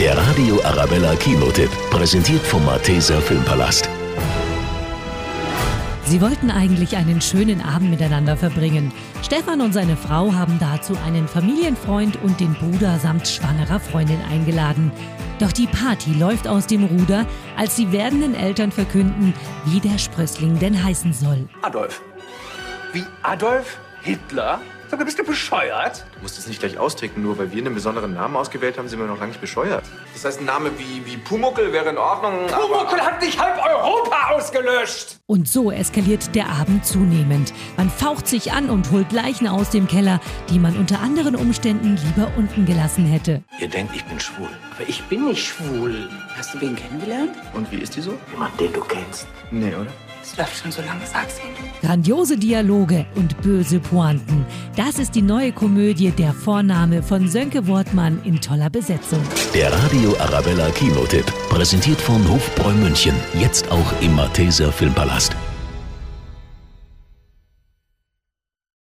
Der Radio Arabella Kinotipp, präsentiert vom Malteser Filmpalast. Sie wollten eigentlich einen schönen Abend miteinander verbringen. Stefan und seine Frau haben dazu einen Familienfreund und den Bruder samt schwangerer Freundin eingeladen. Doch die Party läuft aus dem Ruder, als die werdenden Eltern verkünden, wie der Sprössling denn heißen soll. Adolf. Wie Adolf Hitler? Sag mal, bist du bescheuert? Du musst es nicht gleich austicken, nur weil wir einen besonderen Namen ausgewählt haben, sind wir noch lange nicht bescheuert. Das heißt, ein Name wie, wie Pumuckel wäre in Ordnung. Pumuckl hat nicht halb Europa ausgelöscht! Und so eskaliert der Abend zunehmend. Man faucht sich an und holt Leichen aus dem Keller, die man unter anderen Umständen lieber unten gelassen hätte. Ihr denkt, ich bin schwul. Aber ich bin nicht schwul. Hast du wen kennengelernt? Und wie ist die so? Jemand, den du kennst. Nee, oder? Es läuft schon so lange, sag's ihm. Grandiose Dialoge und böse Pointen. Das ist die neue Komödie Der Vorname von Sönke Wortmann in toller Besetzung. Der Radio Arabella Kinotipp, präsentiert von Hofbräu München, jetzt auch im Malteser Filmpalast.